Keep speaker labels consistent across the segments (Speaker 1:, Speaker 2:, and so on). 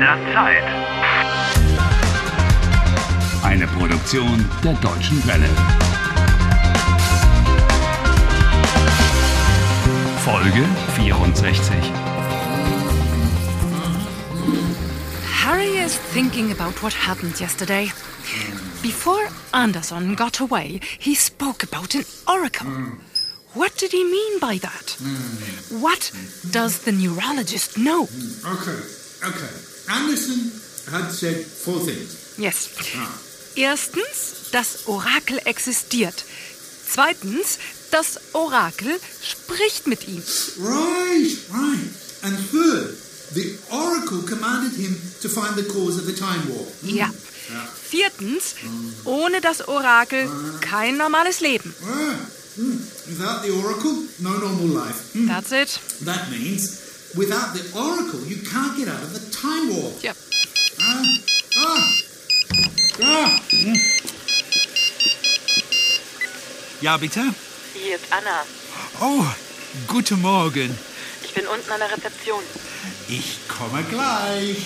Speaker 1: der Zeit.
Speaker 2: Eine Produktion der Deutschen Welle. Folge 64.
Speaker 3: Harry is thinking about what happened yesterday. Before Anderson got away, he spoke about an oracle. What did he mean by that? What does the neurologist know?
Speaker 4: Okay, okay. Anderson hat said four things.
Speaker 3: Yes. Erstens, das Orakel existiert. Zweitens, das Orakel spricht mit ihm.
Speaker 4: Right, right. And third, the oracle commanded him to find the cause of the time war.
Speaker 3: Ja. Viertens, ohne das Orakel kein normales Leben.
Speaker 4: Ah, hmm. Without the oracle, no normal life. Hmm.
Speaker 3: That's it.
Speaker 4: That means without the oracle, you can't get out of the time war.
Speaker 3: Yep.
Speaker 4: Ah, ah, ah.
Speaker 5: Mm. Ja, bitte?
Speaker 6: Hier ist Anna.
Speaker 5: Oh, guten Morgen.
Speaker 6: Ich bin unten an der Rezeption.
Speaker 5: Ich komme
Speaker 4: Mal gleich.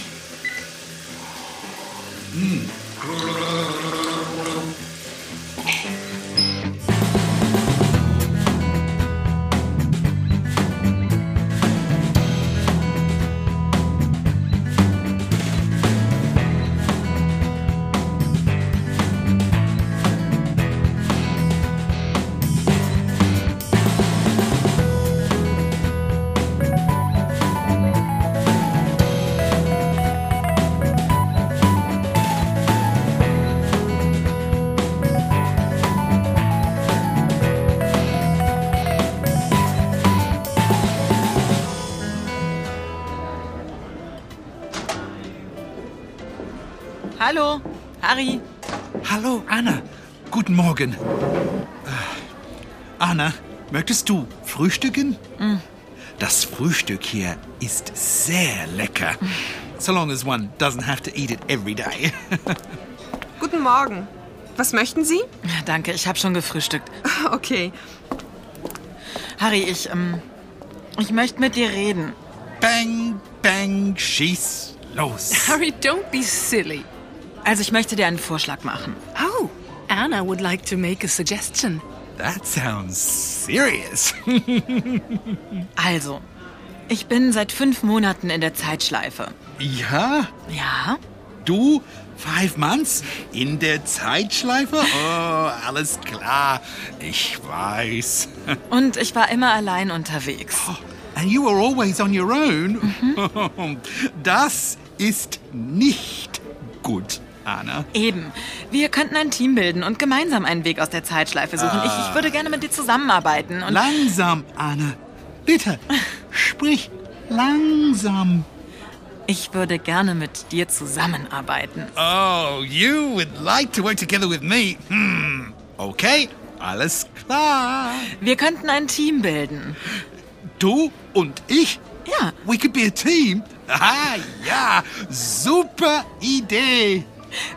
Speaker 6: Hallo, Harry.
Speaker 5: Hallo, Anna. Guten Morgen. Ah, Anna, möchtest du frühstücken? Das Frühstück hier ist sehr lecker. So long as one doesn't have to eat it every day.
Speaker 7: Guten Morgen. Was möchten Sie?
Speaker 8: Danke, ich habe schon gefrühstückt.
Speaker 7: Okay.
Speaker 8: Harry, ich, ähm, ich möchte mit dir reden.
Speaker 5: Bang, bang, schieß los.
Speaker 3: Harry, don't be silly.
Speaker 8: Also ich möchte dir einen Vorschlag machen.
Speaker 3: Oh, Anna would like to make a suggestion.
Speaker 5: That sounds serious.
Speaker 8: Also, ich bin seit fünf Monaten in der Zeitschleife.
Speaker 5: ja,
Speaker 8: Ja?
Speaker 5: du, five months in der Zeitschleife? Oh, alles klar. Ich weiß.
Speaker 8: Und ich war immer allein unterwegs.
Speaker 5: And you are always on your own. Das ist nicht gut, Anna.
Speaker 8: Eben. Wir könnten ein Team bilden und gemeinsam einen Weg aus der Zeitschleife suchen. Ich, ich würde gerne mit dir zusammenarbeiten. Und
Speaker 5: Langsam, Anna. Bitte, sprich langsam.
Speaker 8: ich würde gerne mit dir zusammenarbeiten.
Speaker 5: Oh, you would like to work together with me. Hmm. Okay, alles klar.
Speaker 8: Wir könnten ein Team bilden.
Speaker 5: Du und ich?
Speaker 8: Ja.
Speaker 5: We could be a team. Ah, ja, super Idee.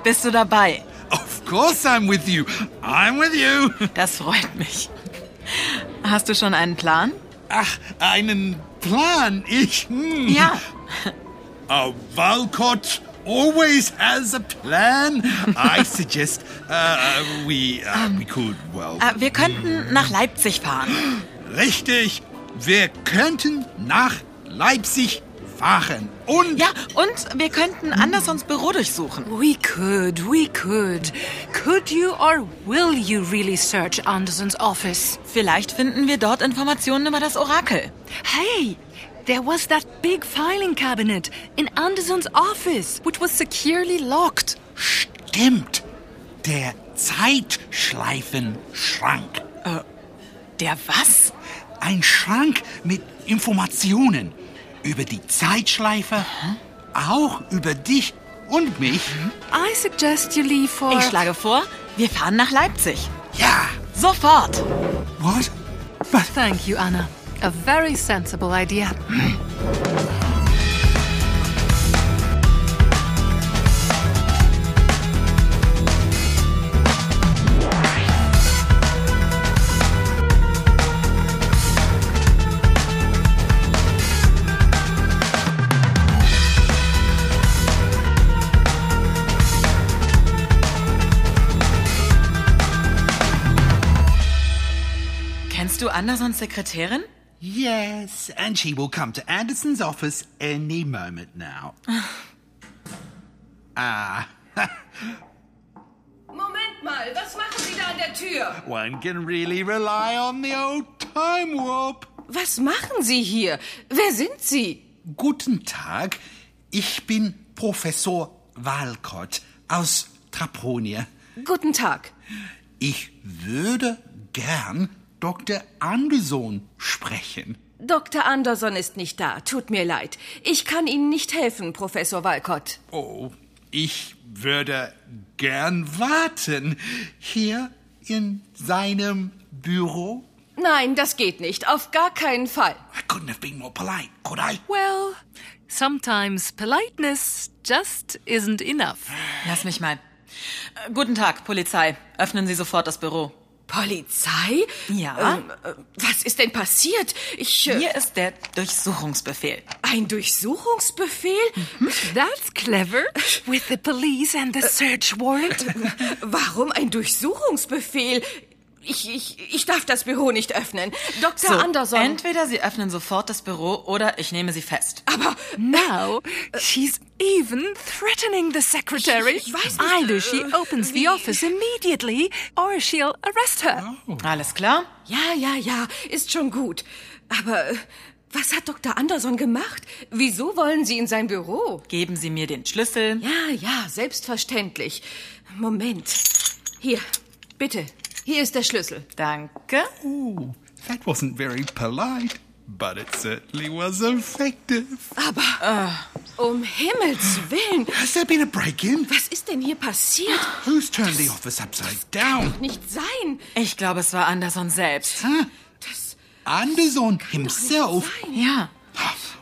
Speaker 8: Bist du dabei?
Speaker 5: Of course I'm with you. I'm with you.
Speaker 8: Das freut mich. Hast du schon einen Plan?
Speaker 5: Ach, einen Plan. Ich. Hm.
Speaker 8: Ja.
Speaker 5: A Walcott always has a plan. I suggest uh, we uh, we could well.
Speaker 8: Äh, Wir könnten nach Leipzig fahren.
Speaker 5: richtig. Wir könnten nach Leipzig fahren und
Speaker 8: Ja, und wir könnten Andersons Büro durchsuchen.
Speaker 3: We could, we could. Could you or will you really search Anderson's office?
Speaker 8: Vielleicht finden wir dort Informationen über das Orakel.
Speaker 3: Hey, there was that big filing cabinet in Anderson's office, which was securely locked.
Speaker 5: stimmt der Zeitschleifenschrank.
Speaker 8: Äh, Der was?
Speaker 5: Ein Schrank mit Informationen über die Zeitschleife, auch über dich und mich.
Speaker 8: Mhm.
Speaker 3: I suggest you leave for.
Speaker 8: Ich schlage vor, wir fahren nach Leipzig.
Speaker 5: Ja.
Speaker 8: Sofort.
Speaker 5: What? But
Speaker 3: Thank you, Anna. A very sensible idea.
Speaker 8: Andersons Sekretärin?
Speaker 5: Yes, and she will come to Anderson's office any moment now.
Speaker 1: Moment mal, was machen Sie da an der Tür?
Speaker 5: One can really rely on the old time warp.
Speaker 1: Was machen Sie hier? Wer sind Sie?
Speaker 5: Guten Tag, ich bin Professor Walcott aus Traponia.
Speaker 1: Guten Tag.
Speaker 5: Ich würde gern Dr. Anderson sprechen.
Speaker 1: Dr. Anderson ist nicht da. Tut mir leid. Ich kann Ihnen nicht helfen, Professor Walcott.
Speaker 5: Oh, ich würde gern warten. Hier in seinem Büro.
Speaker 1: Nein, das geht nicht. Auf gar keinen Fall.
Speaker 5: I couldn't have been more polite, could I?
Speaker 3: Well, sometimes politeness just isn't enough.
Speaker 8: Lass mich mal. Äh, Guten Tag, Polizei. Öffnen Sie sofort das Büro.
Speaker 1: Polizei?
Speaker 8: Ja?
Speaker 1: Ähm, äh, was ist denn passiert? Ich. Äh,
Speaker 8: Hier ist der Durchsuchungsbefehl.
Speaker 1: ein Durchsuchungsbefehl?
Speaker 7: Mhm.
Speaker 3: That's clever. With the police and the search warrant.
Speaker 1: Warum ein Durchsuchungsbefehl? Ich, ich, ich darf das Büro nicht öffnen. Dr. Anderson.
Speaker 8: Also, entweder Sie öffnen sofort das Büro oder ich nehme Sie fest.
Speaker 1: aber
Speaker 3: Now she's even threatening the secretary.
Speaker 1: Ich- ich weiß nicht,
Speaker 3: Either she
Speaker 1: äh,
Speaker 3: opens the
Speaker 1: wie-
Speaker 3: office immediately or she'll arrest her.
Speaker 1: Oh.
Speaker 8: Alles klar?
Speaker 1: Ja, ja, ja, ist schon gut. Aber äh, was hat Dr. Anderson gemacht? Wieso wollen Sie in sein Büro?
Speaker 8: Geben Sie mir den Schlüssel.
Speaker 1: Ja, ja, selbstverständlich. Moment. Hier, bitte. Hier ist der Schlüssel.
Speaker 8: Danke.
Speaker 5: Ooh, that wasn't very polite, but it certainly was effective.
Speaker 1: Um Himmels Willen,
Speaker 5: Has there been a break in?
Speaker 1: was ist denn hier passiert?
Speaker 5: Who's turned the office upside down?
Speaker 1: Nicht sein.
Speaker 8: Ich glaube, es war Anderson selbst.
Speaker 5: Anderson himself?
Speaker 8: Ja.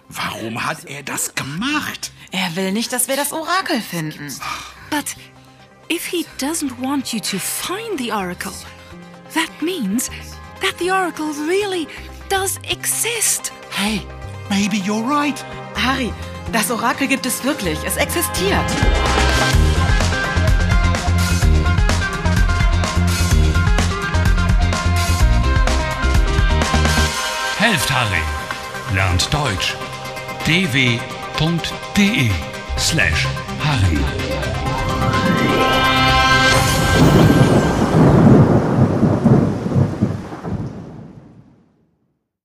Speaker 5: Warum hat er das gemacht?
Speaker 8: Er will nicht, dass wir das Orakel finden.
Speaker 3: But if he doesn't want you to find the oracle, that means that the oracle really does exist.
Speaker 5: Hey, maybe you're right.
Speaker 8: Harry, das Orakel gibt es wirklich. Es existiert.
Speaker 2: Helft Harry. Lernt Deutsch. dw.de slash e Harry.